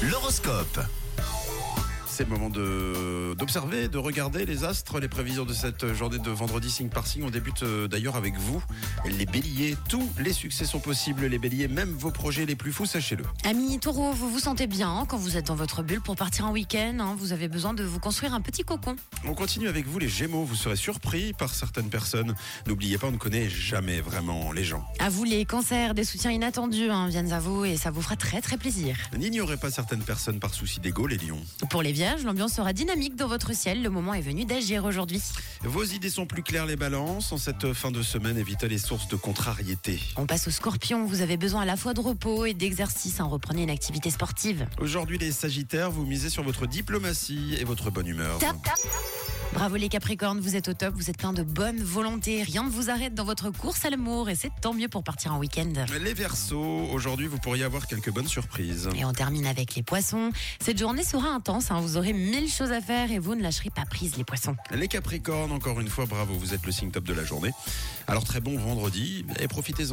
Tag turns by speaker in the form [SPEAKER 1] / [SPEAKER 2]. [SPEAKER 1] L'horoscope. C'est le moment de- d'observer, de, regarder les astres, les prévisions de cette journée de vendredi signe par signe. On débute euh, d'ailleurs avec vous, les béliers. Tous les succès sont possibles, les béliers, même vos projets les plus fous, sachez-le.
[SPEAKER 2] Amis taureaux, vous vous sentez bien hein, quand vous êtes dans votre bulle pour partir en week-end. hein, vous avez besoin de vous construire un petit cocon.
[SPEAKER 1] On continue avec vous, les gémeaux. Vous serez surpris par certaines personnes. N'oubliez pas, on ne connaît jamais vraiment les gens.
[SPEAKER 2] À vous les cancers, des soutiens inattendus hein, viennent à vous et ça vous fera très très plaisir.
[SPEAKER 1] N'ignorez pas certaines personnes par souci d'ego, les lions.
[SPEAKER 2] Pour les vierges, l'ambiance sera dynamique dans votre ciel. Le moment est venu d'agir aujourd'hui.
[SPEAKER 1] Vos idées sont plus claires, les balances. En cette fin de semaine, évitez les sources de contrariété.
[SPEAKER 2] On passe aux scorpions. Vous avez besoin à la fois de repos et d'exercice. hein, reprenez une activité sportive.
[SPEAKER 1] Aujourd'hui, les Sagittaires, vous misez sur votre diplomatie et votre bonne humeur.
[SPEAKER 2] Top. Bravo les capricornes, vous êtes au top. Vous êtes plein de bonne volonté. Rien ne vous arrête dans votre course à l'amour et c'est tant mieux pour partir en week-end.
[SPEAKER 1] Les Verseaux, aujourd'hui, vous pourriez avoir quelques bonnes surprises.
[SPEAKER 2] Et on termine avec les poissons. Cette journée sera intense, hein. vous aurez mille choses à faire et vous ne lâcherez pas prise les poissons.
[SPEAKER 1] Les Capricornes, encore une fois, bravo, vous êtes le signe top de la journée. Alors très bon vendredi et profitez-en.